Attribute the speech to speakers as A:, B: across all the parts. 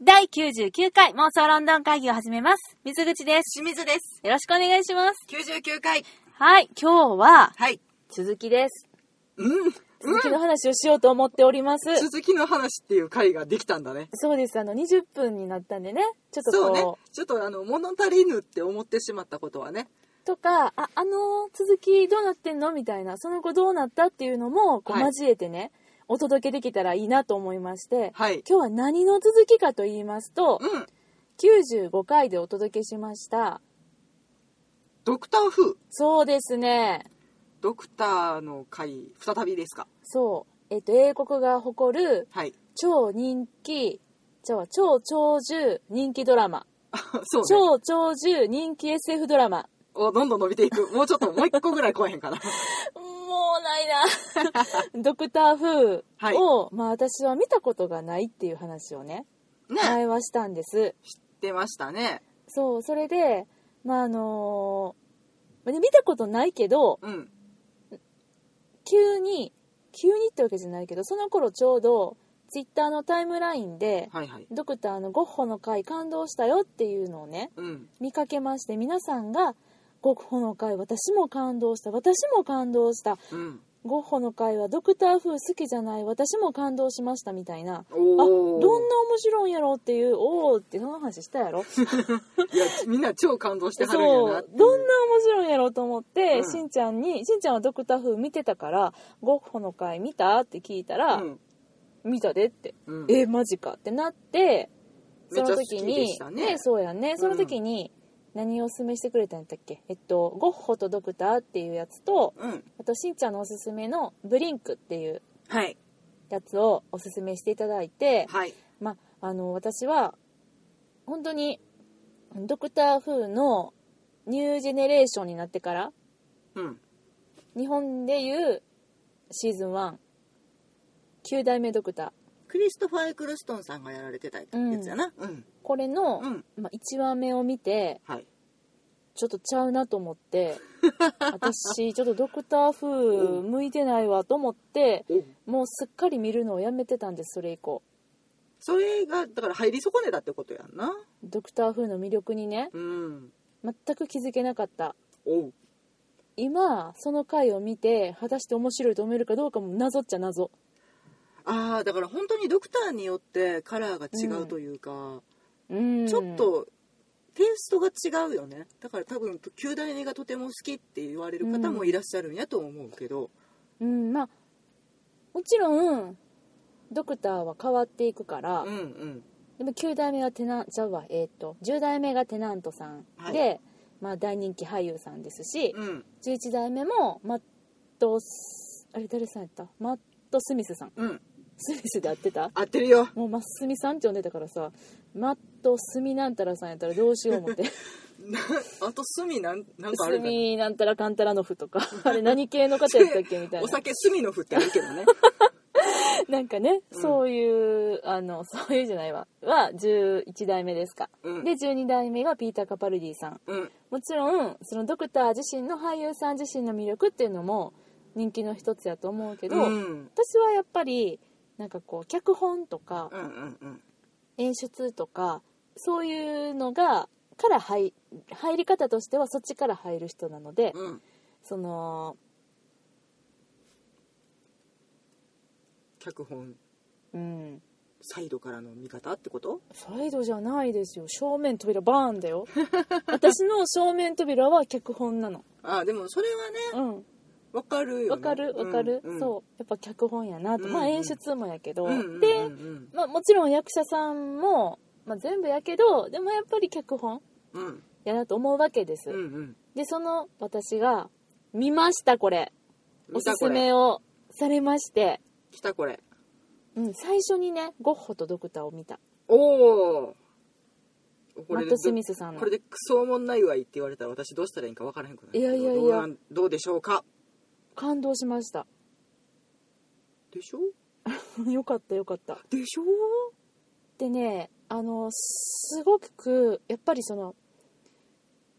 A: 第99回妄想ロンドン会議を始めます。水口です。
B: 清水です。
A: よろしくお願いします。
B: 99回。
A: はい、今日は
B: はい。
A: 続きです。
B: うん。
A: 続きの話をしようと思っております。
B: 続きの話っていう回ができたんだね。
A: そうです、あの、20分になったんでね、ちょっと
B: そうね
A: こう、。
B: ちょっとあの、物足りぬって思ってしまったことはね。
A: とか、あ、あのー続きどうなってんのみたいな、その後どうなったっていうのも、こう、
B: はい
A: 交えてね、お届けできたらいいなと思いまして、
B: はい。
A: 今日は何の続きかと言いますと、
B: うん。
A: 95回でお届けしました。
B: ドクター風。
A: そうですね。
B: ドクターの回、再びですか。
A: そう。えっと、英国が誇る
B: はい。
A: 超人気、じゃあ超長寿人気ドラマ。
B: そうね。
A: 超長寿人気 SF ドラマ。
B: お、どんどん伸びていく。もうちょっと、もう一個ぐらい来えへんかな。
A: もうないな。 ドクター風
B: はい
A: を、まあ私は見たことがないっていう話を ね、
B: ね。
A: 前はしたんです。
B: 出ましたね。
A: そう、それで、まああのーまあね見たことないけど、
B: うん。
A: 急に、急にってわけじゃないけど、その頃ちょうど、ツイッターのタイムラインで、
B: はいはい。
A: ドクターのゴッホの回感動したよっていうのをね、
B: うん。
A: 見かけまして皆さんが「ゴッホの会私も感動した私も感動した
B: うん。
A: ゴッホの会はドクター風好きじゃない私も感動しました」みたいな。あど
B: お
A: ん
B: ー
A: な面白いんやろっていうおおってその話したやろそう
B: いや、みんな超感動してはるんやなっていう。
A: どんな面白いんやろと思って、
B: うん
A: しんちゃんにしんちゃんはドクター風見てたからゴッホの会見たって聞いたら、
B: うん。
A: 見たでって、
B: うん
A: えマジかってなって
B: め
A: その
B: っちゃ好
A: 時
B: き
A: に
B: でしたね。
A: そうやんねその時に何をおすすめしてくれたんやったっけ、えっとゴッホとドクターっていうやつと
B: うん。
A: あとしんちゃんのおすすめのブリンクっていう
B: はい。
A: やつをおすすめしていただいて、
B: はい。
A: まあの私は本当にドクター風のニュージェネレーションになってから
B: うん。
A: 日本でいうシーズン19代目ドクター
B: クリストファー・エクルストンさんがやられてたやつやな。うん。
A: これの、
B: うん。
A: まあ、1話目を見て
B: はい。
A: ちょっとちゃうなと思って私ちょっとドクター風向いてないわと思ってもうすっかり見るのをやめてたんですそれ以降
B: それが、だから入り損ねたってことやんな。
A: ドクター風の魅力にね
B: うん。
A: 全く気づけなかった
B: おう。
A: 今その回を見て果たして面白いと思えるかどうかも謎っちゃ謎
B: ああ、だから本当にドクターによってカラーが違うというか、
A: うん
B: ちょっと、テイストが違うよねだから多分旧大目がとても好きって言われる方もいらっしゃるんやと思うけど、
A: うんまあもちろんドクターは変わっていくから、
B: うん、うん
A: でも9代目はテナンちゃうわえっ、と10代目がテナントさんで、まあ、大人気俳優さんですし、
B: うんうん
A: 11代目もマットスあれ誰さんやったマット・スミスさんスミスで合ってた
B: 合ってるよ
A: もうマッスミさんって呼んでたからさマット・スミなんたらさんやったらどうしよう思って
B: なあと隅なんなんかあ
A: ス
B: るんだ
A: ミなんたらカンタラノフとか あれ何系の方やったっけみたい
B: お
A: な
B: 酒隅の振ってあるけどね
A: なんかね、
B: うん
A: そういうあのそういうじゃないわは11代目ですか、
B: うん
A: で12代目がピーター・カパルディさん
B: うん
A: もちろんそのドクター自身の俳優さん自身の魅力っていうのも人気の一つやと思う けど、
B: うん
A: 私はやっぱりなんかこう脚本とか
B: うんうんうん
A: 演出とかそういうのがから入入り方としてはそっちから入る人なので
B: うん
A: その
B: 脚本
A: うん
B: サイドからの見方ってこと
A: サイドじゃないですよ正面扉バーン だよ私の正面扉は脚本なの
B: あでもそれはね
A: うん
B: わかるよ、ね、
A: わかるわかる、
B: うんうん、
A: そうやっぱ脚本やなと、
B: うんうん
A: まあ演出もやけど、
B: うんうんうん
A: で、まあ、もちろん役者さんも、まあ、全部やけどでもやっぱり脚本
B: うんうん
A: やなと思うわけです、
B: うんうん
A: でその私が見ましたこれお
B: 見
A: す
B: た
A: す
B: これ
A: めをされまして、
B: 来たこれ
A: うん、最初にねゴッホとドクターを見た
B: おおこ
A: マッ
B: れで
A: ト・スミスさんの
B: これでクソおもんないわいって言われたら私どうしたらいいんかわからへんくなるけど
A: いやいやいや
B: どうなんどうでしょうか
A: 感動しました
B: でしょ
A: よかったよかった
B: でしょ
A: でねあのすごくやっぱりその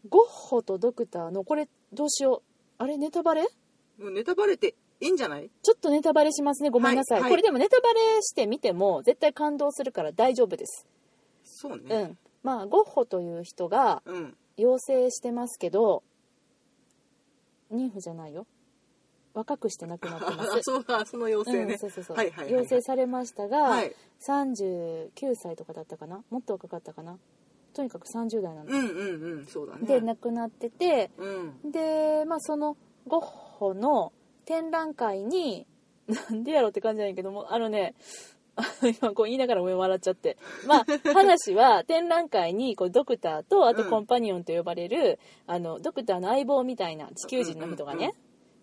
A: ゴッホとドクターのこれどうしようあれネタバレ
B: もうネタバレていいんじゃない
A: ちょっとネタバレしますねごめんなさい、
B: はいはい
A: これでもネタバレしてみても絶対感動するから大丈夫です
B: そう
A: う
B: ね
A: んまあゴッホという人が
B: うん、
A: 養成してますけど妊婦じゃないよ若くして亡くなってま
B: あ
A: す
B: そうあその妖精
A: う
B: ね
A: ん、そうそうそう、
B: はいはいはい
A: 養成されましたが、
B: はい
A: 39歳とかだったかなもっと若かったかなとにかく30代なの、
B: うんうんうんそうだね
A: で亡くなってて
B: うん
A: でまあそのゴッホの展覧会に なんでやろって感じなんやけどもあのね あの今こう言いながら上笑っちゃって まあ話は展覧会にこうドクターとあと
B: うん
A: コンパニオンと呼ばれる、あのドクターの相棒みたいな地球人の人がね、
B: うんうん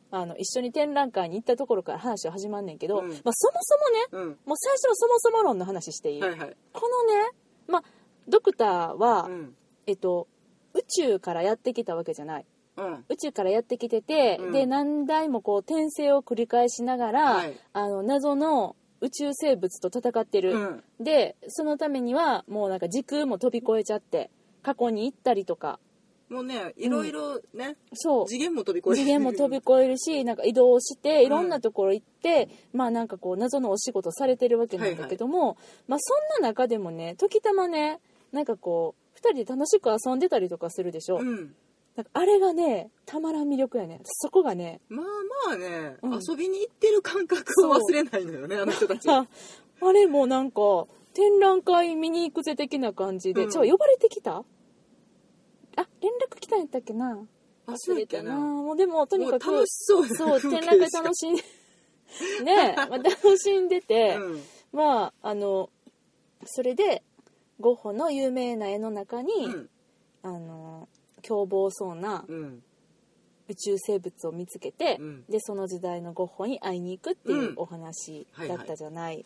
A: あの一緒に展覧会に行ったところから話は始まんねんけど、
B: う
A: ま
B: ん
A: あ、そもそもね
B: うん
A: もう最初のそもそも論の話していい、
B: はいはい
A: このね、まあ、ドクターは、
B: うん
A: えっと、宇宙からやってきたわけじゃない
B: うん
A: 宇宙からやってきてて、
B: うん
A: で何代もこう転生を繰り返しながら、
B: はい
A: あの謎の宇宙生物と戦って
B: う
A: る、
B: ん
A: でそのためにはもうなんか時空も飛び越えちゃって過去に行ったりとか
B: もうねいろいろね
A: そう
B: 次元も飛び越え
A: 次元も飛び越えるしなんか移動していろんなところ行って、まあなんかこう謎のお仕事されてるわけなんだけども、まあそんな中でもね時たまねなんかこう2人で楽しく遊んでたりとかするでしょ、
B: うん
A: なんかあれがねたまらん魅力やねそこがね
B: まあまあね、
A: うん
B: 遊びに行ってる感覚を忘れないのよねあの人たち
A: ああれもなんか展覧会見に行くぜ的な感じで、
B: うん
A: じゃあ呼ばれてきたあ連絡来たんやったっけな忘れたな
B: も
A: もうでもとに
B: う
A: か
B: 楽
A: く
B: しそう
A: そう展覧会楽
B: し
A: しん ねえ、まあ、楽しんでて、
B: うん
A: まああのそれでゴッホの有名な絵の中に、
B: うん
A: あの凶暴そうな
B: うん
A: 宇宙生物を見つけて、
B: うん
A: でその時代のゴッホに会いに行くっていう
B: うん
A: お話
B: はい
A: だ
B: はい
A: ったじゃない、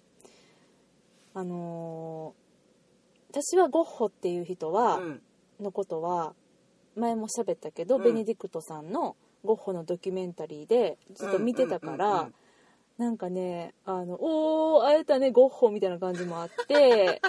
A: あのー私はゴッホっていう人は、
B: うん
A: のことは前も喋ったけど、
B: うん
A: ベネディクトさんのゴッホのドキュメンタリーでずっと見てたから、
B: うんうんうんうん
A: なんかねあのおー会えたねゴッホみたいな感じもあって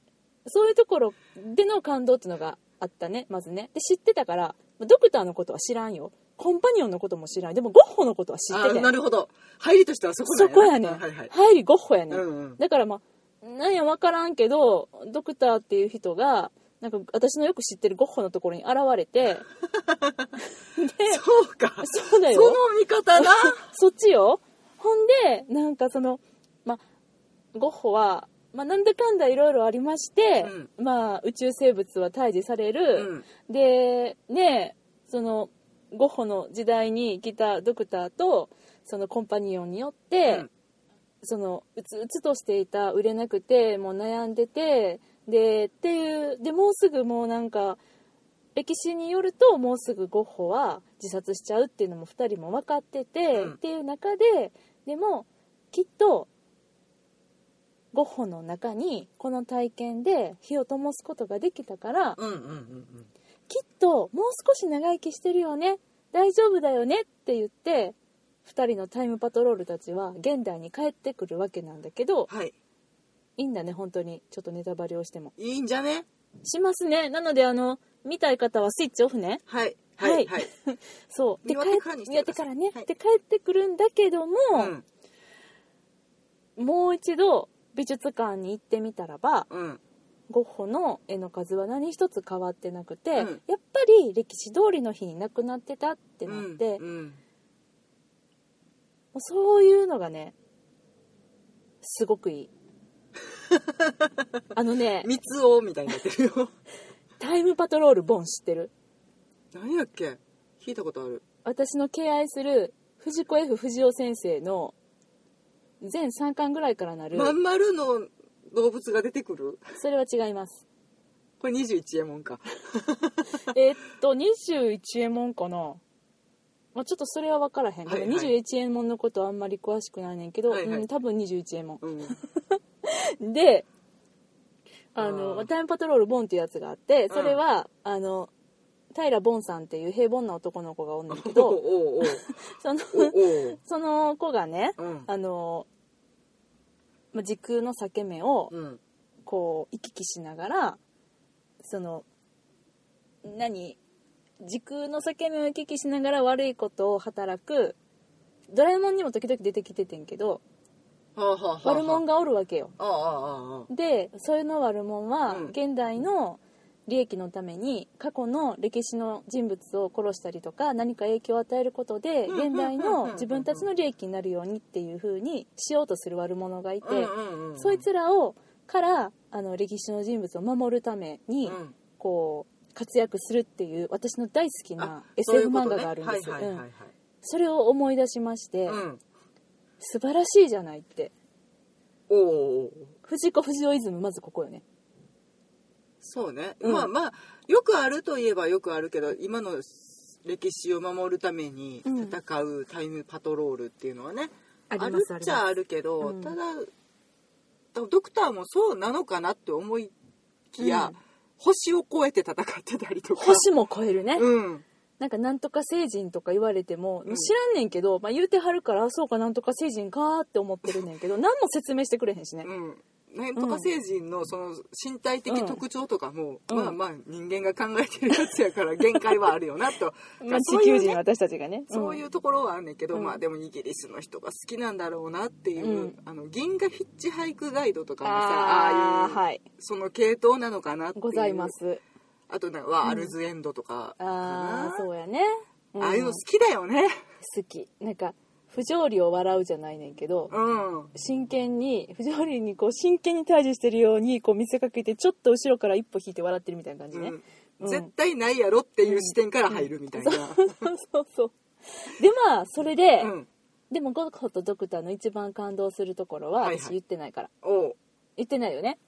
A: そういうところでの感動っていうのがあったねまずねで知ってたからドクターのことは知らんよコンパニオンのことも知らんでもゴッホのことは知って
B: あ
A: て
B: なるほど入りとしてはそこだ
A: そこやねん、
B: はいはい
A: 入りゴッホやねん、
B: うんうん
A: だからまあなんや分からんけどドクターっていう人がなんか私のよく知ってるゴッホのところに現れ て
B: そうか
A: そうだよ
B: その見方な
A: そっちよほんでなんかそのまゴッホは、まあ、なんだかんだいろいろありまして、まあ宇宙生物は退治され
B: う
A: る、
B: ん
A: でねそのゴッホの時代に来たドクターとそのコンパニオンによって、
B: うん
A: そのうつうつとしていた売れなくてもう悩んでてでっていうでもうすぐもうなんか歴史によるともうすぐゴッホは自殺しちゃうっていうのも2人も分かってて、
B: うん
A: っていう中ででもきっとゴッホの中にこの体験で火を灯すことができたから
B: うんうんうん
A: きっともう少し長生きしてるよね大丈夫だよねって言って2人のタイムパトロールたちは現代に帰ってくるわけなんだけど
B: はい
A: いいんだね本当にちょっとネタバレをしても
B: いいんじゃね
A: しますねなのであの見たい方はスイッチオフね
B: はい
A: はい
B: はい
A: そう
B: 見終わってからにして
A: やっ
B: くだ
A: て
B: さ
A: か
B: い
A: らね、
B: はい
A: で帰ってくるんだけども、
B: うん
A: もう一度美術館に行ってみたらば
B: うん
A: ゴッホの絵の数は何一つ変わってなくて、
B: うん
A: やっぱり歴史通りの日に亡くなってたってなって、
B: うん
A: もうそういうのがねすごくい いあのね
B: 三つ王みたいになってる よ
A: タイムパトロールボン知ってる
B: 何やっけ聞いたことある
A: 私の敬愛する藤子 F 不二雄先生の全3巻ぐらいからなる、
B: まん丸の動物が出てくる
A: それは違います
B: これ21エモンか
A: えーっと21円もんかな、まあ、ちょっとそれは分からへんごめん
B: はいはい
A: 21円もんのことはあんまり詳しくないねんけど、
B: はいはい
A: うん、多分21円も
B: うん
A: んであの
B: あー
A: まあタイムパトロールボンっていうやつがあってそれは、あの平ボンさんっていう平凡な男の子がおんねんけ
B: お
A: ど
B: おお
A: その
B: おおお
A: その子がね
B: うん
A: あの、まあ、時空の裂け目を
B: うん
A: こう行き来しながらその何時空の裂け目を行き来しながら悪いことを働くドラえもんにも時々出てきててんけど
B: あはあはあ
A: 悪者がおるわけよ
B: あああああ
A: でそれの悪者は
B: うん
A: 現代の利益のために過去の歴史の人物を殺したりとか何か影響を与えることで
B: うんうんうん
A: 現代の自分たちの利益になるようにっていう風にしようとする悪者がい
B: あう
A: て
B: んうんうん
A: そいつらをからあの歴史の人物を守るために
B: うん
A: こう活躍するっていう私の大好き
B: あ
A: な
B: そうい
A: SF
B: うこ
A: 漫
B: と
A: 画
B: ね
A: があるんです
B: はいはいはい
A: うん
B: はい
A: それを思い出しまして
B: うん
A: 素晴らしいじゃないって
B: おうおうおう
A: 藤子不二雄イズムまずここよね
B: そうね、
A: うん
B: まあまあよくあるといえばよくあるけど今の歴史を守るために戦うタイムパトロールっていうのはね、るっちゃあるけど、
A: うん
B: ただドクターもそうなのかなって思いきや、
A: うん
B: 星を越えて戦ってたりとか。
A: 星も超えるね、
B: うん、
A: なんかなんとか星人とか言われても、
B: うん
A: 知らんねんけど、まあ、言うてはるからあそうかなんとか星人かーって思ってるねんけど何も説明してくれへんしね、
B: うんなんとか星人のその身体的特徴とかも、
A: うん
B: まあまあ人間が考えてるやつ やから限界はあるよなと
A: まあ、地
B: そうい
A: 球
B: うね
A: 人の私たちがね
B: そうい
A: うん
B: うところはあんねんけど、
A: うん
B: まあでもイギリスの人が好きなんだろうなっていう、
A: うん
B: あの銀河ヒッチハイクガイドとかもさああ
A: あ
B: い
A: ー
B: う、
A: はい
B: その系統なのかなっていう
A: ございます
B: あとなんかワールズエンドとかか
A: あ
B: な
A: あそうやね、ん
B: ああいうの好
A: 好
B: きだよね
A: きなんか不条理を笑うじゃないねんけど
B: うん
A: 真剣に不条理にこう真剣に対峙してるようにこう見せかけてちょっと後ろから一歩引いて笑ってるみたいな感じね、
B: うん
A: うん
B: 絶対ないやろっていう視点から入るみたいな、
A: そうそうそうでまあそれで、
B: うん
A: でもゴッホとドクターの一番感動するところは
B: はいはい
A: 私言ってないから、
B: おう
A: 言ってないよね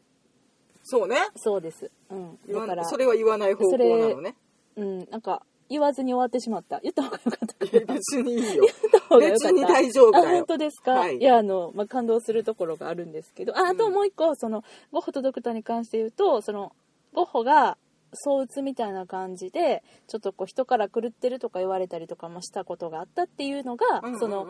B: そうね
A: そうですうん
B: 言わ
A: だから
B: それは言わない方向なのね
A: うんなんか言わずに終わってしまった言った方がよかった
B: いや別に いい
A: 言
B: よ
A: った方がよかった
B: 別に大丈夫だ
A: あ
B: よ
A: 本当ですか、
B: はい
A: い、やあの、まあ、感動するところがあるんですけどああともう一個、そのゴッホとドクターに関して言うとそのゴッホが躁鬱みたいな感じでちょっとこう人から狂ってるとか言われたりとかもしたことがあったっていうのが、
B: うんうんうんうん
A: その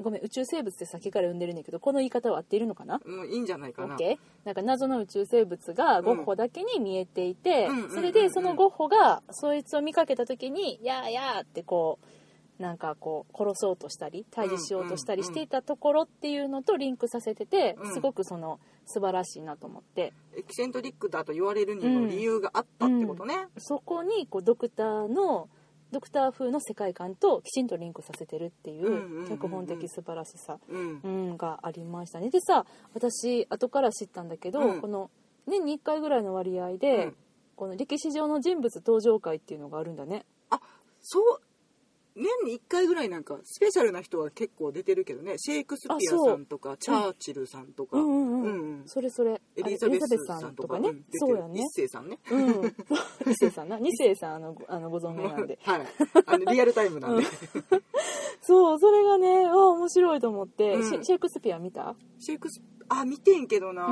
A: ごめん宇宙生物って先から呼んでるんだけどこの言い方は合っているのかな
B: うんいいんじゃないか
A: オッ
B: な
A: ケーなんか謎の宇宙生物がゴッホだけに見えていて、
B: うんうんうんうん
A: それでそのゴッホがそいつを見かけた時に「やーやー」ってこうなんかこう殺そうとしたり退治しようとしたりしていたところっていうのとリンクさせてて、
B: うん
A: すごくその素晴らしいなと思って
B: エキセントリックだと言われるにも理由があったってことね、
A: そこにこうドクターのドクター風の世界観ときちんとリンクさせてるってい
B: んうんうんう
A: うん脚本的素晴らしさ、
B: うん
A: うん、がありましたねでさ私後から知ったんだけど、
B: うん
A: この年に1回ぐらいの割合で、
B: うん
A: この歴史上の人物登場会っていうのがあるんだね
B: あそう年に1回ぐらいなんかスペシャルな人は結構出てるけどねシェイクスピアさんとかチャーチルさんとか、
A: うんうんうん、
B: うんうん
A: それそれ
B: エリ
A: あ
B: ザ
A: れ
B: ベスさんとか
A: ね、
B: うん出て
A: そ
B: る
A: うやね
B: 一世さんね
A: うん二世さん な二世さんあのごあのご存命なんで
B: はいあのリアルタイムなんで、
A: そうそれがねあ面白いと思って、
B: うん
A: シェシェイクスピア見た
B: シェイクスあ見てんけどな、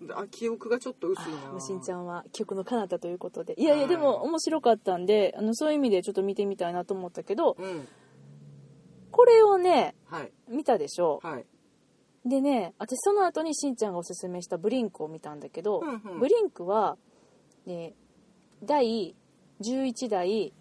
A: うん
B: あ記憶がちょっと薄い
A: あ
B: な
A: ーしんちゃんは記憶の彼方ということでいやい
B: は
A: や
B: い
A: でも面白かったんであのそういう意味でちょっと見てみたいなと思ったけど
B: うん
A: これをね
B: はい
A: 見たでしょ、
B: はい
A: でね私その後にしんちゃんがおすすめしたブリンクを見たんだけど、
B: うんうん
A: ブリンクは、ね、第11代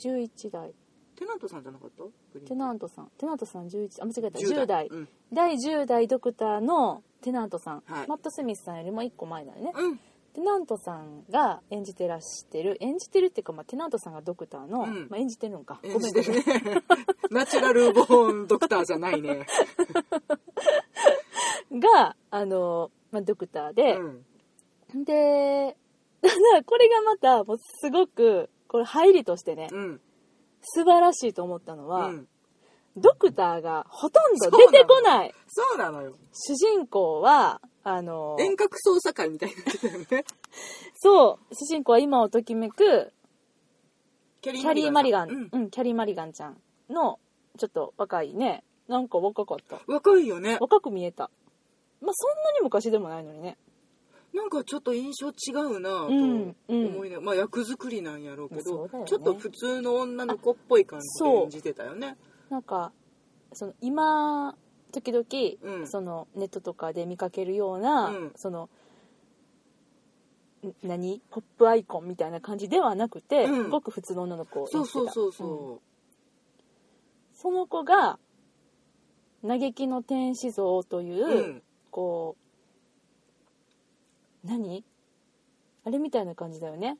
A: 11代
B: テナントさんじゃなかったグリーン
A: テナントさんテナントさん11あ間違えた
B: 10
A: 10代、
B: うん
A: 第10代ドクターのテナントさん、
B: はい
A: マット・スミスさんよりも1個前だよね、
B: うん
A: テナントさんが演じてらしてる演じてるっていうか、まあ、テナントさんがドクターの、
B: うん
A: まあ、演じてるのかご
B: 演
A: め
B: じ
A: んご
B: て
A: めん
B: るねナチュラルボーンドクターじゃな いね、
A: があの、まあ、ドクターで、
B: うん、
A: で、だからこれがまた、もうすごく、これ入りとしてね、
B: うん
A: 素晴らしいと思ったの
B: う
A: は、
B: ん
A: ドクターがほとんど出てこない
B: そうなのよ
A: 主人公は、あの、
B: 遠隔操作会みたいになってたよね
A: そう、主人公は今をときめく、
B: キャ リ
A: キャリー・マリガン、う
B: うん
A: ん、キャリー・マリガンちゃんの、ちょっと若いね、なんか若かった。
B: 若いよね
A: 若く見えた。まあ、そんなに昔でもないのにね。
B: なんかちょっと印象違うなと
A: うんうん
B: 思いながら、まあ役作りなんやろうけ
A: そ
B: ど
A: うだよね
B: ちょっと普通の女の子っぽい感じで演じてたよね
A: なんか、その、今、時々、
B: うん
A: そのネットとかで見かけるような、
B: うん
A: そのん何ポップアイコンみたいな感じではなくて、
B: うん
A: ごく普通の女の子を演じ
B: そ
A: て
B: う
A: た
B: そうそう
A: うん
B: そ
A: その子が嘆きの天使像というう、
B: ん
A: こう何あれみたいな感じだよね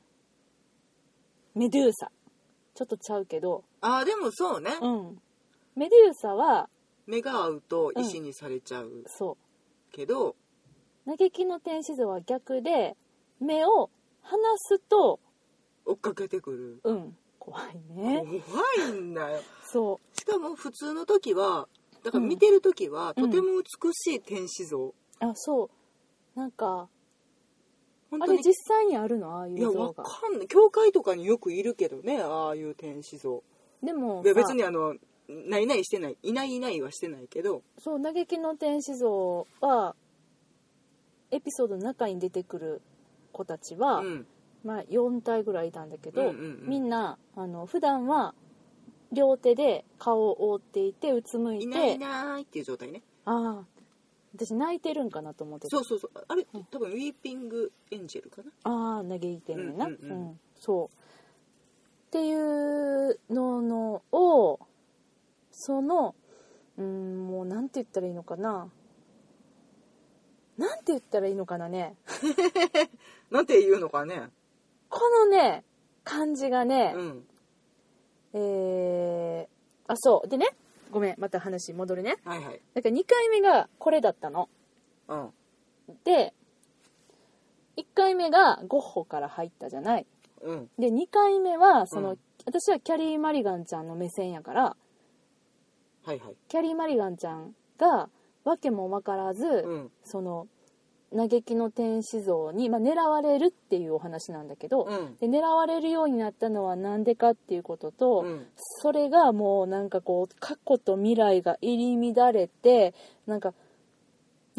A: メデューサちょっとちゃうけど
B: あーでもそうね、
A: うんメデューサは
B: 目が合うと石にされちゃう
A: そ
B: けど、
A: う嘆きの天使像は逆で目を離すと
B: 追っかけてくる
A: うん怖い
B: 怖
A: ね
B: いんだよ
A: そ
B: しかも普通の時はだから
A: うん
B: 見てる時は、
A: うん
B: とても美しい天使像
A: うあそうなんか
B: 本
A: あ
B: 当
A: れ
B: に
A: 実際にあるのああい
B: いや
A: う
B: わ
A: 像
B: か
A: が
B: んない教会とかによくいるけどねああいう天使像
A: でも
B: いや
A: さ
B: 別にあのないないしてないいないいないはしてないけど
A: そう嘆きの天使像はエピソードの中に出てくる子たちは、
B: うん
A: まあ、4体ぐらいいたんだけど、
B: うんうんうん
A: みんなあの普段は両手で顔を覆っていてうつむいて
B: いないいないっていう状態ね
A: ああ私泣いてるんかなと思ってた
B: そうそうそうあれ
A: うん
B: 多分ウィーピングエンジェルかな
A: ああ嘆いてんねんな、
B: うんうんうん
A: そうっていうののをそのうんもうなんて言ったらいいのかななんて言ったらいいのかなね
B: なんていうのかね
A: このね感じがね、
B: うん
A: えー、あそうでねごめんまた話戻るね
B: はいはい
A: だから2回目がこれだったの
B: うん
A: で1回目がゴッホから入ったじゃない
B: うん
A: で2回目はその、
B: うん
A: 私はキャリー・マリガンちゃんの目線やから
B: はいはい
A: キャリー・マリガンちゃんが訳も分からず、
B: うん
A: その嘆きの天使像に、まあ、狙われるっていうお話なんだけど、
B: うん
A: で狙われるようになったのは何でかっていうことと、
B: うん
A: それがもうなんかこう過去と未来が入り乱れてなんか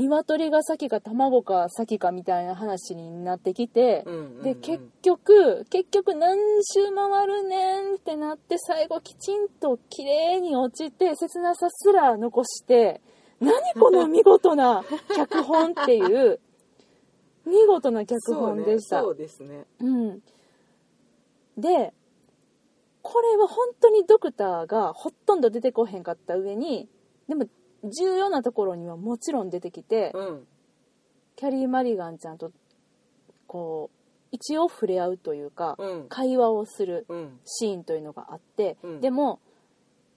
A: 鶏が先か卵か先かみたいな話になってきて、
B: うんうん
A: で結局結局何周回るねんってなって最後きちんと綺麗に落ちて切なさすら残して何この見事な脚本っていう 見事な脚本でした。
B: そう,、ね、そうですね
A: うん、でこれは本当にドクターがほとんど出てこへんかった上にでも重要なところにはもちろん出てきて、
B: うん
A: キャリー・マリガンちゃんとこう一応触れ合うというか、
B: うん
A: 会話をする
B: うん
A: シーンというのがあって、
B: うん
A: でも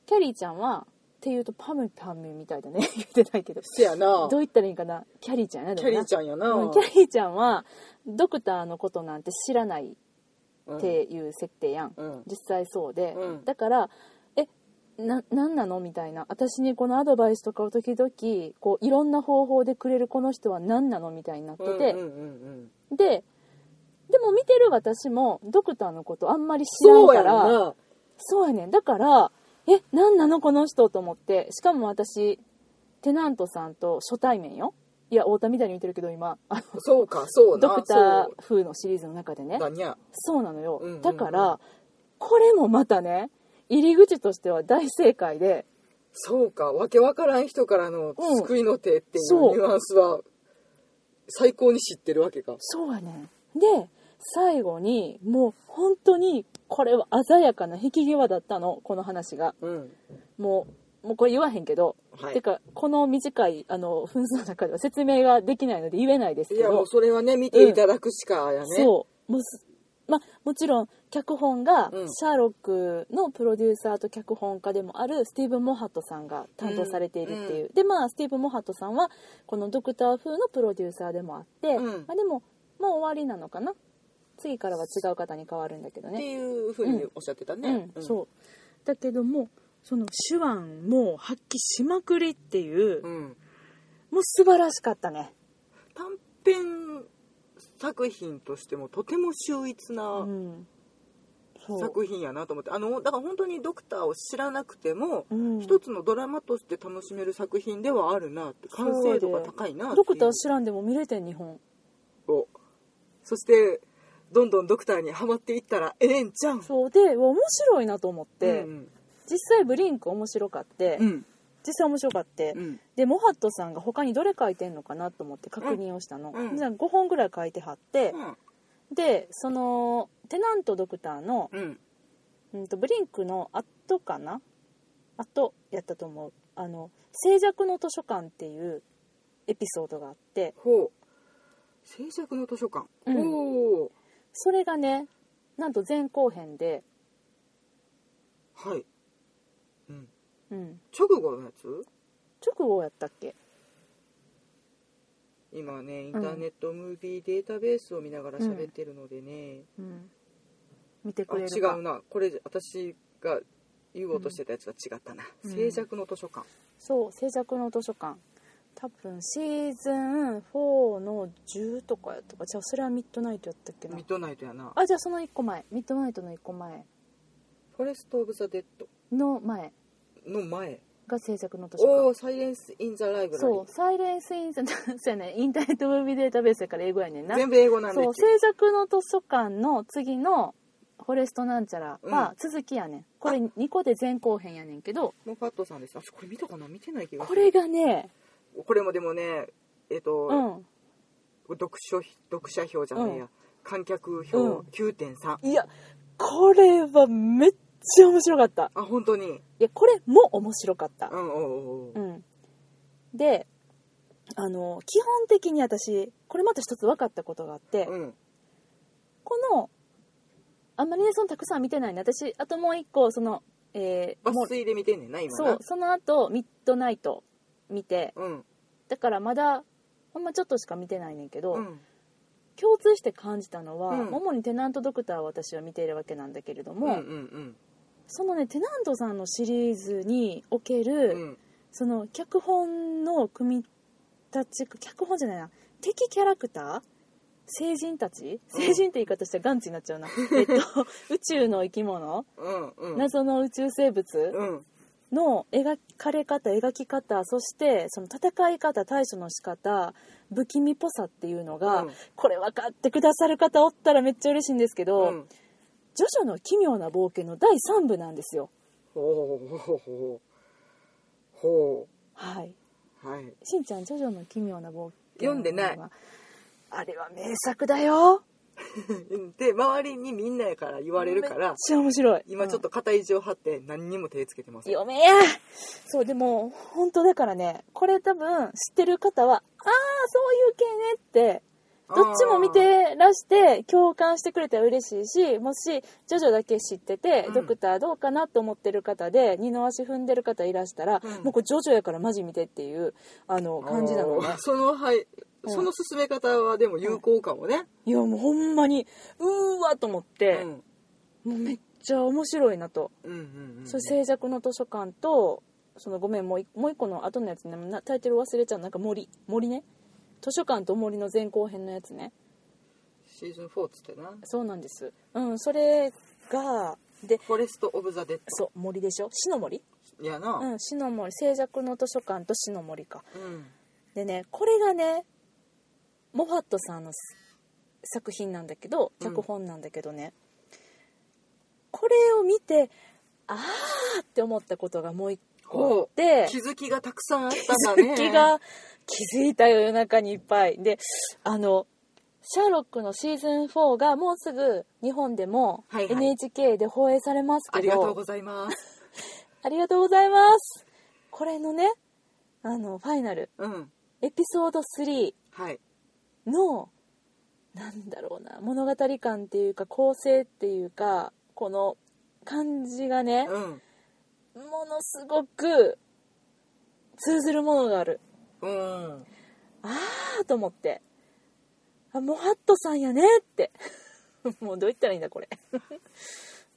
A: キャリーちゃんはっていうとパムパムみたいだね 言ってないけど
B: せやな
A: どう言ったらいいんかなキャリーちゃんやな
B: キ
A: でも
B: ャリ
A: な
B: ーちゃんやな
A: うんキャリーちゃんはドクターのことなんて知らないっていう設定やん、
B: うん
A: 実際そうで、
B: うん
A: だからえな何なのみたいな私にこのアドバイスとかを時々こういろんな方法でくれるこの人は何なのみたいになって
B: うん
A: て、
B: うんうんうん
A: ででも見てる私もドクターのことあんまり知らん
B: そう
A: か
B: や
A: らそうや
B: な
A: ねんだからえ何なのこの人と思ってしかも私テナントさんと初対面よいや太田みたいに言ってるけど今あの
B: そうかそうな
A: ドクター風のシリーズの中で
B: そ
A: ね
B: うだにゃ
A: そうなのよ、
B: うんうんうん
A: だからこれもまたね入り口としては大正解で
B: そうかわけわからん人からの
A: うん
B: 救いの手っていう
A: そう
B: ニュアンスは最高に知ってるわけか
A: そうやねんで最後にもう本当にこれは鮮やかな引き際だったのこの話が
B: うん
A: もうもうこれ言わへんけど、
B: はい
A: てかこの短いあの分数の中では説明ができないので言えないです
B: い
A: け
B: やも
A: ど
B: うそれはね見ていただくしかやね、
A: そうもうすまあもちろん脚本が
B: うん
A: シャーロックのプロデューサーと脚本家でもあるスティーブン・モハットさんが担当されているっていう、でまあスティーブン・モハットさんはこのドクター風のプロデューサーでもあって、
B: うん
A: まあ、でももう終わりなのかな次からは違う方に変わるんだけど
B: って
A: ね
B: いうふうにおっしゃってたね、
A: うんそうだけどもその手腕も発揮しまくりっていう、
B: うん
A: もう素晴らしかったね
B: 短編作品としてもとても秀逸
A: う
B: なん
A: そう
B: 作品やなと思ってあのだから本当にドクターを知らなくても、
A: うん
B: 一つのドラマとして楽しめる作品ではあるなって完成度が高いなっていう
A: ドクター知らんでも見れてん日本
B: をそしてどんどんドクターにはまっていったらええんちゃうん
A: そうでうわ面白いなと思って、
B: うん
A: 実際ブリンク面白かって、
B: うん
A: 実際面白かって、
B: うん
A: でモハットさんが他にどれ書いてんのかなと思って確認をしたの、
B: うん
A: じゃあ5本ぐらい書いてはって、でそのテナントドクターの、
B: うん
A: うん、とブリンクの後かな後やったと思うあの静寂の図書館っていうエピソードがあって
B: ほう静寂の図書館、
A: うん
B: おお
A: それがねなんと前後編で、
B: はい、うん、
A: うん、
B: 直後のやつ
A: 直後やったっけ
B: 今ねインターネットムービーデータベースを見ながら喋ってるのでね、
A: うん、見て
B: あ
A: くれ
B: 違
A: るか
B: うなこれ私が言おうとしてたやつが違ったな、
A: うん
B: 静寂の図書館
A: そう静寂の図書館多分シーズン4の10とかやとかじゃあそれはミッドナイトやったっけな
B: ミッドナイトやな
A: あじゃあその1個前ミッドナイトの1個前
B: フォレスト・オブ・ザ・デッド
A: の前
B: の前
A: が静寂の図書
B: お
A: 館
B: おサイレンス・イン・ザ・ライブラリ
A: そう
B: ー
A: サイレンスインザそうや ねインターネットムービーデータベースやから英語やねんな
B: 全部英語なんで
A: そう静寂の図書館の次のフォレストなんちゃらは続きやねん、これ2個で前後編やねんけど
B: もうパットさんですあこれ見たかな見てない気がす
A: こ
B: る
A: れがね
B: これもでもねえっ、と、
A: うん
B: 読書読者票じゃないや、
A: う
B: 観客票
A: うん
B: 9.3、
A: いやこれはめっちゃ面白かった
B: あ本当に
A: いやこれも面白かった
B: う、んおうおうお
A: う
B: う
A: ん、であの基本的に私これまた一つ分かったことがあって、
B: うん
A: このあんまりねそのたくさん見てないね私あともう一個その、えー
B: 抜
A: もう
B: 粋で見てんねんな今
A: そ
B: な
A: うその後ミッドナイト見て
B: うん
A: だからまだほんまちょっとしか見てないねんけど、
B: うん
A: 共通して感じたのは、
B: うん
A: 主にテナントドクターを私は見ているわけなんだけれども、
B: うんうん
A: そのねテナントさんのシリーズにおけ
B: う
A: る、
B: ん
A: その脚本の組み立ち脚本じゃないな敵キャラクター成人たち
B: うん
A: 成人って言い方したらガンチになっちゃうな、えっ と宇宙の生き物、
B: うんうん
A: 謎の宇宙生物
B: うん
A: の描かれ方描き方そしてその戦い方対処の仕方不気味っぽさっていうのが、
B: うん
A: これ分かってくださる方おったらめっちゃ嬉しいんですけど「
B: うん
A: ジョジョの奇妙な冒険」の第3部なんですよ。
B: ほうほうほうほうほ
A: はい、
B: うはい
A: しんちゃん「ジョジョの奇妙な冒険」
B: 読んでない
A: あれは名作だよ
B: で周りにみんなやから言われるか
A: めっ
B: ら
A: ちゃ面白い
B: 今ちょっと肩意地を張って何にも手つけてま
A: う
B: せ
A: ん
B: ん
A: 読めやそうでも本当だからねこれ多分知ってる方はああそういう系ねってどっちも見てらして共感してくれたら嬉しいしもしジョジョだけ知ってて、
B: うん
A: ドクターどうかなと思ってる方で二の足踏んでる方いらしたら、
B: うん
A: もうこれジョジョやからマジ見てっていうあの感じなのね
B: あーそのはい
A: うん
B: その進め方はでも有効かもね
A: いやもうほんまにうーわと思っ
B: う
A: て、
B: ん
A: もうめっちゃ面白いなと
B: うんうんうん
A: それ静寂の図書館とそのごめんもういもう一個の後のやつねなタイトル忘れちゃうなんか森森ね図書館と森の前後編のやつね
B: シーズン4っつってな
A: そうなんですうんそれがで
B: フォレスト・オブ・ザ・デッ
A: そう森でしょ死の森
B: ドやな
A: うん死の森静寂の図書館と死の森か
B: うん
A: でねこれがねモファットさんのす作品なんだけど
B: うん
A: 脚本なんだけどね、これを見てあーって思ったことがもう一個あって
B: 気づきがたくさんあったん
A: 気
B: だね
A: づきが気づいたよ夜中にいっぱいであの「シャーロック」のシーズン4がもうすぐ日本でも
B: はいはい
A: NHK で放映されます
B: あ
A: け
B: り
A: ど、
B: がとうございます
A: ありがとうございますこれのねあのファイナル
B: うん
A: エピソード3
B: はい
A: のなんだろうな物語感っていうか構成っていうかこの感じがね
B: うん
A: ものすごく通ずるものがある
B: うん
A: ああと思ってあモハットさんやねって もうどう言ったらいいんだこれ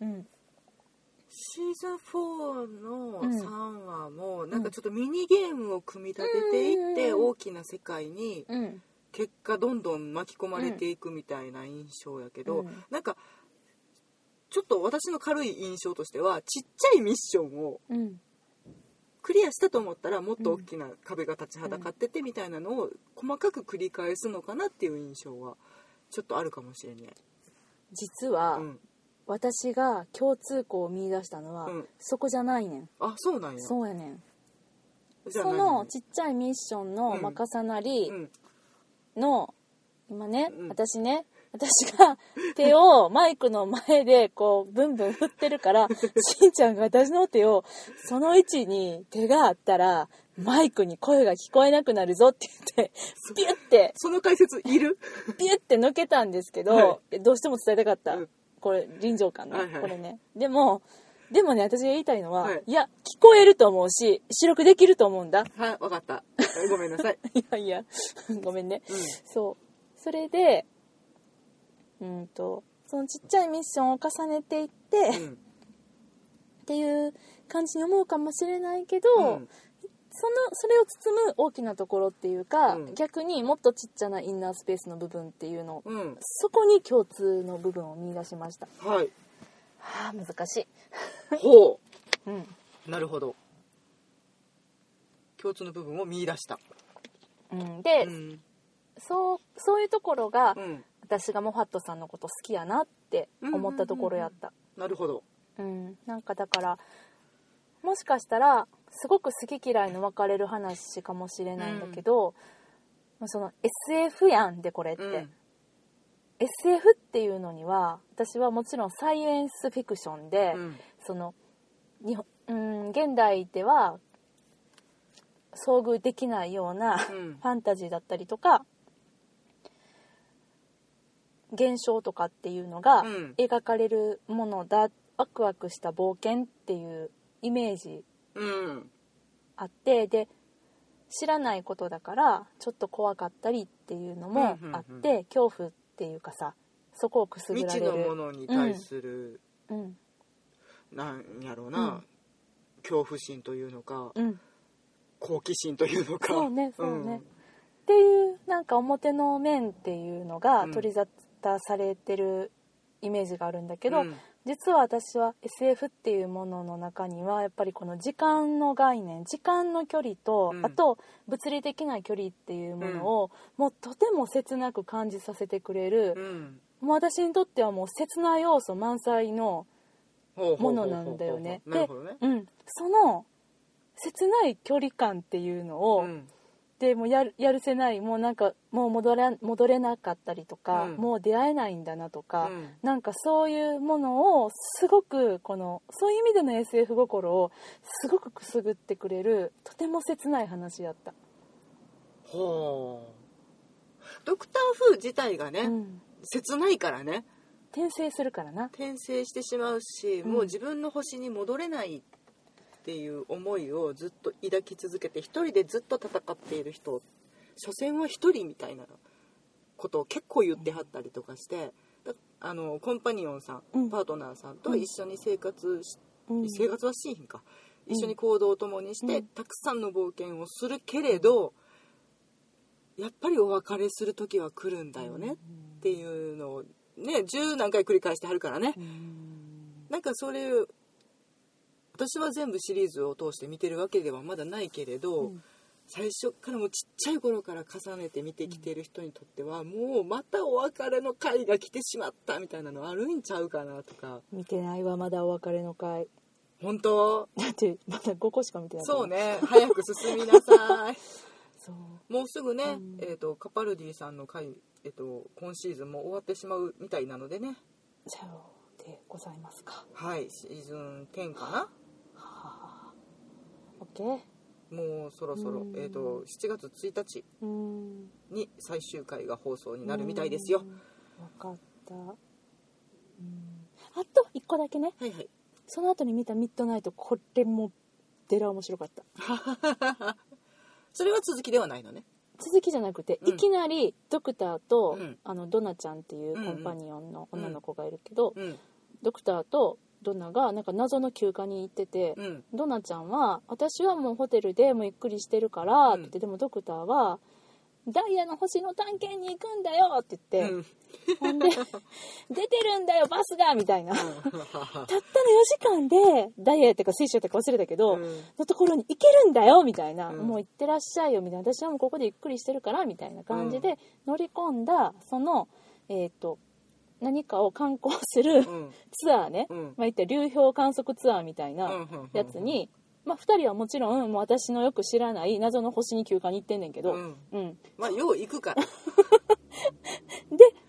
A: うん
B: シーズン4の
A: うん
B: 3話もなんかちょっとミニゲームを組み立てていって
A: うん
B: 大きな世界に
A: うん
B: 結果どんどん巻き込まれていくみたいな印象やけ
A: う
B: ど、
A: ん
B: なんかちょっと私の軽い印象としてはちっちゃいミッションを
A: うん
B: クリアしたと思ったらもっと大きな壁が立ちはだかっててみたいなのを細かく繰り返すのかなっていう印象はちょっとあるかもしれない。
A: 実は、
B: うん、
A: 私が共通項を見出したのは、
B: うん
A: そこじゃないねん
B: あそうなんや。
A: そうやねん
B: じゃあ
A: そ
B: 何
A: のちっちゃいミッションの
B: うん
A: 任さなり
B: うん
A: の、今ね、
B: うん
A: 私ね私 が手をマイクの前でこうブンブン振ってるからしんちゃんが私の手をその位置に手があったらマイクに声が聞こえなくなるぞって言ってピュッて
B: その解説 いる
A: ピュッて抜けたんですけど、
B: は
A: どうしても伝えたかった、
B: うん
A: これ臨場感ね、
B: はいはい
A: これねでもでもね私が言いたいのは、
B: はい
A: い、や聞こえると思うし視力できると思うんだ
B: はいわかったごめんなさい、
A: いやいやごめんね
B: うん
A: そうそれでうんとそのちっちゃいミッションを重ねていって、っ
B: うん
A: ていう感じに思うかもしれないけど、
B: うん
A: そのそれを包む大きなところっていうか、
B: うん
A: 逆にもっとちっちゃなインナースペースの部分っていうのを
B: うん、
A: そこに共通の部分を見出しました
B: はい
A: はあ難しい、
B: ほ
A: うん、
B: うなるほど共通の部分を見出した
A: うん、で、
B: うん
A: そうそういうところが、
B: うん
A: 私がモファットさんのこと好きやなって思ったところやった
B: なるほど
A: うんなんかだからもしかしたらすごく好き嫌いの分かれる話かもしれないんだけど、まあその SF やんでこれって、
B: うん
A: SF っていうのには私はもちろんサイエンスフィクションで、
B: うん
A: その日本うん現代では遭遇できないような
B: う
A: フ
B: ん
A: ァンタジーだったりとか現象とかっていうのが
B: うん
A: 描かれるものだワクワクした冒険っていうイメージ
B: うん
A: あってで知らないことだからちょっと怖かったりっていうのもあって、
B: うんうん
A: 恐怖っていうかさそこをくすぐ
B: 未
A: ら
B: 知
A: れる
B: のものに対する、
A: うん
B: なんやろうな、
A: うん
B: 恐怖心というのか、
A: うん
B: 好奇心というのか
A: そうねそうね、っていうなんか表の面っていうのが
B: うん
A: 取り沙汰されてるイメージがあるんだけど、
B: うん
A: 実は私は SF っていうものの中にはやっぱりこの時間の概念時間の距離と、
B: うん
A: あと物理的な距離っていうものを、もうとても切なく感じさせてくれ
B: う
A: る、
B: ん
A: もう私にとってはもう切な要素満載の、
B: ほうほうほうほうほう
A: ものなんだよね
B: なるほどね
A: うん、その切ない距離感っていうのを、
B: うん
A: でもうやるやるせないもうなんかもう戻れ戻れなかったりとか、
B: うん
A: もう出会えないんだなとか、
B: うん
A: なんかそういうものをすごくこのそういう意味での SF 心をすごくくすぐってくれるとても切ない話やった。
B: ほうドクター・フー自体がね、
A: うん、
B: 切ないからね
A: 転生するからな。
B: 転生してしまうし、
A: うん
B: もう自分の星に戻れないっていう思いをずっと抱き続けて一人でずっと戦っている人所詮は一人みたいなことを結構言ってはったりとかしてだあのコンパニオンさん、
A: うん
B: パートナーさんと一緒に生活し、
A: うん
B: 生活はしーひんか
A: うん
B: 一緒に行動を共にして、
A: うん
B: たくさんの冒険をするけれどやっぱりお別れする時は来るんだよねっていうのをね十何回繰り返してはるからね
A: うん
B: なんかそれ私は全部シリーズを通して見てるわけではまだないけれど、
A: うん
B: 最初からもうちっちゃい頃から重ねて見てきてる人にとっては、もうまたお別れの会が来てしまったみたいなのあるんちゃうかなとか
A: 見てないわまだお別れの会
B: 本当
A: だってまだ5個しか見てないから
B: そうね早く進みなさい
A: そう
B: もうすぐね、
A: うん
B: えー、とカパルディさんの回、えー、と今シーズンも終わってしまうみたいなのでね
A: じゃあでございますか
B: はいシーズン10かな
A: はあ OK
B: もうそろそろ
A: う、ん
B: えー、と7月1日
A: うん
B: に最終回が放送になるみたいですよ
A: う。んわかった。うんあと一個だけね。
B: はいはい。
A: その後に見たミッドナイトこれもデラ面白かった。
B: それは続きではないのね。
A: 続きじゃなくて、
B: うん
A: いきなりドクターと、
B: うん
A: あのドナちゃんっていうコンパニオンの女の子がいるけど、
B: うん
A: ドクターとドナがなんか謎の休暇に行ってて、
B: うん
A: ドナちゃんは「私はもうホテルでもうゆっくりしてるから」って言って、でもドクターは「ダイヤの星の探検に行くんだよ」って
B: う
A: 言って、
B: ん。
A: ほんで「出てるんだよバスが」みたいな。た
B: う
A: ったの4時間でダイエットか水晶とか忘れたけど、
B: ん
A: のところに行けるんだよみたいな、
B: うん
A: もう行ってらっしゃいよみたいな私はもうここでゆっくりしてるからみたいな感じで乗り込んだその、えっと何かを観光する
B: うん
A: ツアーね、
B: うん
A: まあ、いったら流氷観測ツアーみたい
B: うんう
A: なんやつに、まあ、2人はもちろんもう私のよく知らない謎の星に休暇に行ってんねんけ
B: う
A: ど、
B: ん。
A: うん
B: まあよう行くから。
A: で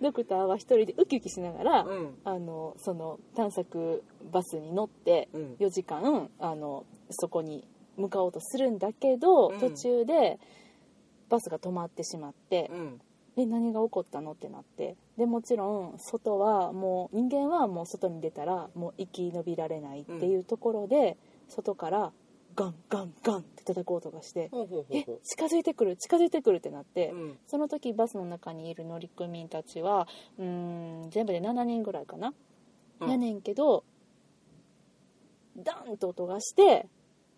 A: ドクターは一人でウキウキしながら、
B: うん
A: あのその探索バスに乗って
B: うん
A: 4時間あのそこに向かおうとするんだけど、
B: うん
A: 途中でバスが止まってしまって、
B: うん
A: で何が起こったのってなってでもちろん外はもう人間はもう外に出たらもう生き延びられないっていうところで、外からガンガンガンって叩く音がして、
B: ほうほうほう
A: え
B: ほ
A: 近づいてくる近づいてくるってなって、
B: ううん
A: その時バスの中にいる乗組員たちはうーん全部で7人ぐらいかな、
B: うん
A: やねんけどダンと音がして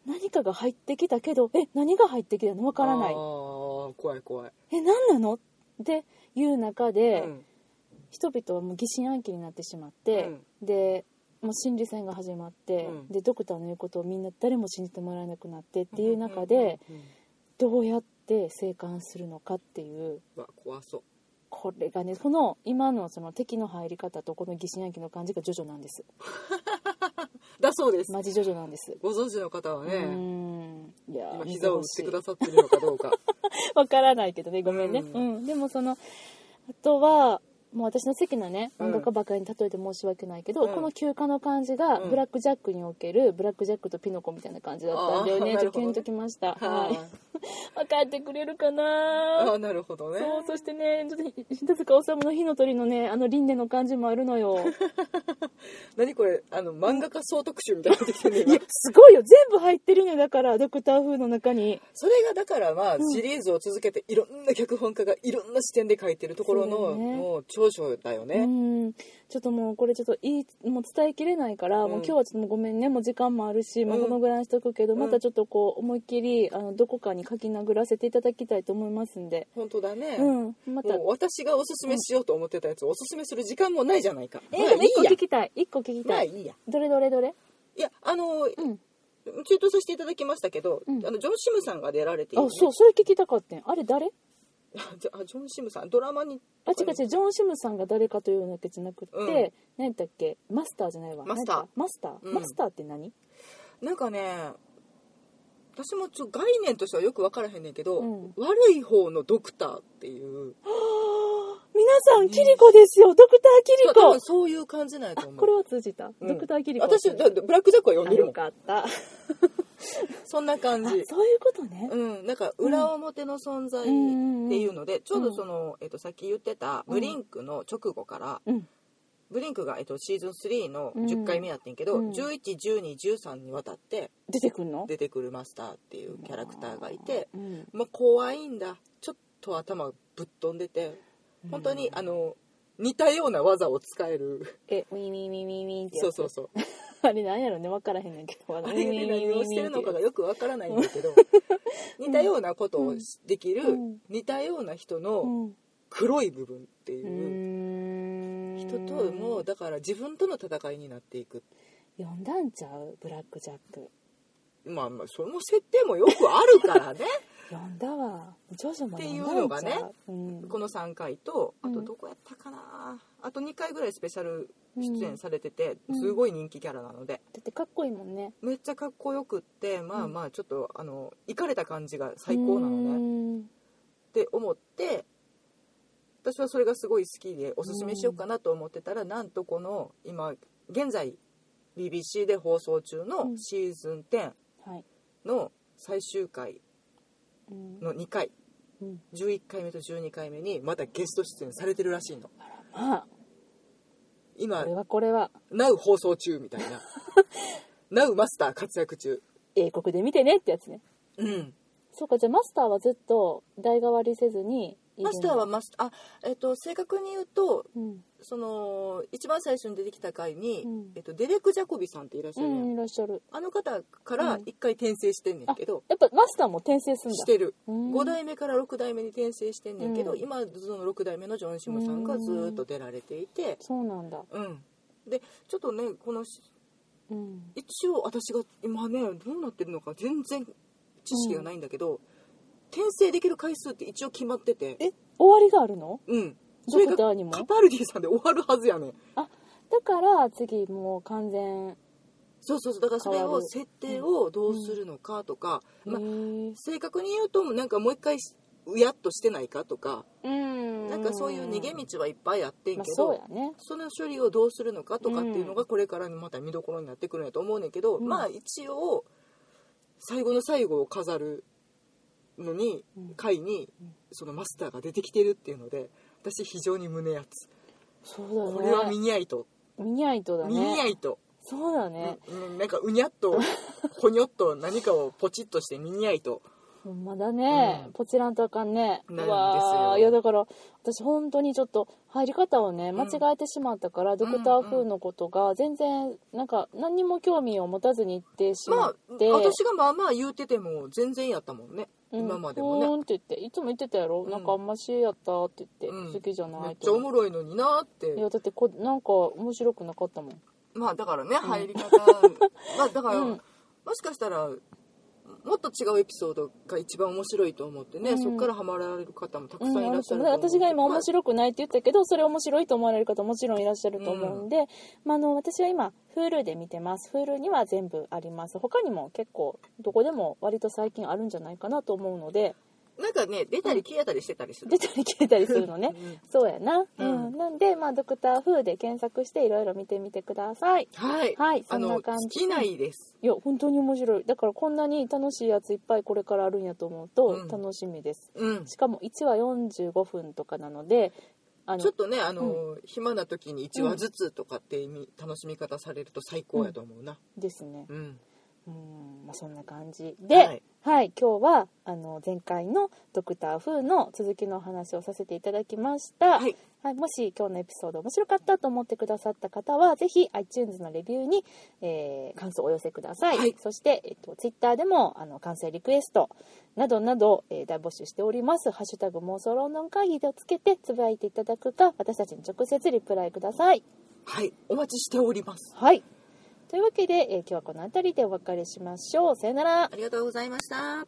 A: 何かが入ってきたけどえ何が入ってきたのわからない
B: あー怖い怖い
A: え何なのっていう中で、
B: うん
A: 人々はもう疑心暗鬼になってしまって、でもう心理戦が始まって、
B: うん
A: でドクターの言うことをみんな誰も信じてもらえなくなってっていう中で、
B: うんうんうん
A: どうやって生還するのかっていう
B: うわ怖そう
A: これがねこの今のその敵の入り方とこの疑心暗鬼の感じがジョジョなんです
B: だそうです
A: マジジョジョなんです、
B: ご存知の方は
A: う
B: ね、
A: んいやー
B: 今
A: 見
B: 膝を打
A: ほ
B: っ
A: してい
B: くださってるのかどうか
A: わからないけどねごめんね、
B: う
A: うんんでもそのあとはもう私の席のね
B: うん
A: 音楽ばかりに例えて申し訳ないけど、
B: うん
A: この休暇の感じが
B: うん
A: ブラックジャックにおけるブラックジャックとピノコみたいな感じだったんだよ
B: あー
A: ね
B: な
A: ち
B: る
A: ょっとキ
B: ほどね
A: ュンときました、
B: は
A: はいい、分かってくれるかな
B: ああなるほどね
A: そうそしてねちょっと品塚治虫の火の鳥のねあの輪廻の感じもあるの よ
B: 何これあの漫画家総特集みたいになってきてるね
A: い
B: 今
A: やすごいよ全部入ってるのよだからドクター風の中に
B: それがだからまあシリーズを続けていろんな脚本家がいろんな視点で書いてるところ
A: そう
B: の
A: だね
B: もう長所だよ
A: う
B: ね。
A: んちょっともうこれちょっといいもう伝えきれないから、
B: うん
A: もう今日はちょっともうごめんねもう時間もあるし、まあ、
B: うん
A: このぐらいにしとくけど、
B: うん
A: またちょっとこう思いっきりあのどこかに書き殴らせていただきたいと思いますんで、
B: 本当だね。
A: うんまた
B: もう私がおすすめしようと思ってたやつをおすすめする時間もないじゃないか。
A: え
B: まあ
A: でも
B: い
A: 一個
B: いや
A: 聞。きたい一個聞き
B: ま
A: た
B: あ
A: い、
B: いいや。
A: どれどれどれ
B: いやあの
A: うん
B: 中途させていただきましたけど、
A: うん
B: あのジョンシムさんが出られてい
A: あ
B: る、ね。
A: そうそれ聞きたかったんあれ誰
B: あ じゃあジョンシムさんドラマに
A: あ違う違うジョン・シムさんが誰かというわけじゃなくて、
B: うん
A: 何だっけマスターじゃないわ
B: マスター
A: 何だっけマスター、
B: うん
A: マスターって何
B: なんかね。私もちょっと概念としてはよく分からへんねんけど、
A: うん
B: 悪い方のドクターっていう
A: 皆さんキリコですよ、ドクターキリ
B: 多
A: コ
B: 分そういう感じない
A: あ
B: と思う
A: これは通じた、
B: うん
A: ドクターキリコ
B: 私だってブラック・ジャックは読
A: あ
B: んでるも
A: よ
B: ん
A: かったあ
B: そんな感
A: そうい
B: じ
A: うことね、
B: うんなんか裏表の存在っていうので、ちょうどその、えっとさっき言ってたブリンクの直後から、
A: うん
B: ブリンクが、えっとシーズン3の
A: うん
B: 10回目やってんけど、
A: うん
B: 111213にわたって
A: 出てくんの
B: 出てくるマスターっていうキャラクターがいて、
A: うん
B: まあ、怖いんだちょっと頭ぶっ飛んでて本当に、
A: うん
B: あの似たような技を使える
A: えウィンウィンウィンウィンウィンってやつ
B: そうそうそう
A: あれなんやろね分からへんねんけどあの
B: あれで何をしてるのかがよくわからないんだけど似たようなことをしできる、
A: うん
B: 似たような人
A: う
B: の
A: ん
B: 黒い部分って
A: う
B: いう
A: ーん
B: 人ともうだから自分との戦いになっていく
A: 読んだんちゃうブラック・ジャック
B: まあまあその設定もよくあるからね
A: 読んだわジョジョも
B: って
A: 読
B: い
A: ん
B: う
A: だんちゃ
B: のがね
A: うん
B: この3回とあ
A: う
B: と
A: ん
B: どこやったかなあと2回ぐらいスペシャル
A: うん
B: 出演されてて
A: うん
B: すごい人気キャラなので
A: だってかっこいいもんね
B: めっちゃかっこよくってまあ
A: うん
B: まあちょっとあのいかれた感じが最高なのね。
A: ね
B: って思って私はそれがすごい好きでおすすめしようかなと思ってたら、なんとこの今現在 BBC で放送中
A: う
B: の
A: ん
B: シーズン10
A: はい、
B: の最終回
A: うん
B: の2回
A: うん
B: 11回目と12回目にまたゲスト出演されてるらしいの
A: まあ
B: 今
A: これはこれは
B: Now 放送中みたい な Now マスター活躍中
A: 英国で見てねってやつね
B: うん
A: そうかじゃあマスターはずっと代替わりせずにいるんだ
B: マスターは、マスターあえっと正確に言うと
A: うん
B: その一番最初に出てきた回に、
A: うん
B: えっと、デレク・ジャコビさんっていらっしゃ
A: う
B: るやん
A: ん、いらっしゃる
B: あの方から一回転生してんねんけど、
A: やっぱマスターも転生すんだ
B: してる、
A: うん
B: 5代目から6代目に転生してんねんけど、
A: うん
B: 今その6代目のジョン・シムさんがずーっと出られていて
A: そうなんだ
B: うん、でちょっとねこのし
A: うん
B: 一応私が今ねどうなってるのか全然知識がないんだけど、転生できる回数って一応決まってて
A: え終わりがあるの
B: うんそ
A: ド
B: れ
A: クタ
B: が
A: ーにも
B: カパルディさんで終わるはずやねん
A: だから次もう完全
B: そうそうそうだからそれ
A: 変わ
B: を
A: る
B: 設定をどうするのかとか、まあ
A: へー
B: 正確に言うとなんかもう一回うやっとしてないかとか
A: うん
B: なんかそういう逃げ道はいっぱいあってん
A: まあ、
B: け
A: そう
B: ど
A: やね
B: その処理をどうするのかとかっていうのがこれからまた見どころになってくるんやと思うねんけど、
A: うん
B: まあ一応最後の最後を飾るのに
A: うん
B: 回にそのマスターが出てきてるっていうので私非常に胸熱
A: そうだね
B: これは見にゃいと
A: 見にゃいとだね
B: 見にゃいと、
A: そうだね、
B: うんなんかうにゃっ とほにょっと何かをポチッとして見にゃいと
A: ほんまだね、
B: うん
A: ポチらんとあかんね
B: なんですよ
A: うわーいやだから私本当にちょっと入り方をね間違えてしまったから、ドクター・フーのことが全然なんか何にも興味を持たずに行ってし
B: ま
A: ま
B: あ
A: って、
B: 私がまあまあ言うてても全然やったもんね
A: うん
B: 今までもね
A: ふーんって言っていつも言ってたやろ、
B: うん
A: なんかあんましやったって言って、
B: うん
A: 好きじゃな
B: めっ
A: い
B: ちゃ
A: と
B: おもろいのになーって
A: いやだってこなんか面白くなかったもん
B: まあだからね
A: ん
B: 入り 方、まあだから、
A: うん
B: もしかしたらもっと違うエピソードが一番面白いと思ってね、
A: うん
B: そこからハマられる方もたく
A: う
B: さんいらっ
A: ん、
B: し
A: そ
B: ゃる
A: う
B: と思う、
A: 私が今面
B: い、
A: 白くないって言ったけどそれ面白いと思われる方もちろんいらっしゃると思うんで、まあ、あの私は今 Hulu で見てます Hulu には全部あります他にも結構どこでも割と最近あるんじゃないかなと思うので
B: なんかね出たり消えたりしてたりする、
A: 出たり消えたりする のねそうやな、う
B: うん
A: んなんで、まあ「ドクター Who」で検索していろいろ見てみてください
B: はい、
A: はい
B: あ
A: そん
B: の
A: な
B: 尽
A: 感じ
B: きないです
A: いや本当に面白いだからこんなに楽しいやついっぱいこれからあるんやと思う
B: う
A: と
B: ん
A: 楽しみです、
B: うん
A: しかも1話45分とかなのであの
B: ちょっとねあの、暇な時に1話ずつとかってみ楽しみ方されると最高やと思うな
A: ですね
B: うん、
A: うんまあ、そんな感じで、は
B: はいい
A: 今日はあの前回の「ドクター風の続きのお話をさせていただきました、
B: はい
A: はいもし今日のエピソード面白かったと思ってくださった方はぜひ iTunes のレビューに、えー感想をお寄せください、
B: はい
A: そして、えっと、Twitter でもあの感想やリクエストなどなど、えー大募集しております「ハッシュタグ妄想論論会議」でつけてつぶやいていただくか私たちに直接リプライください
B: はいお待ちしております
A: はいというわけで、えー今日はこの辺りでお別れしましょうさよなら
B: ありがとうございました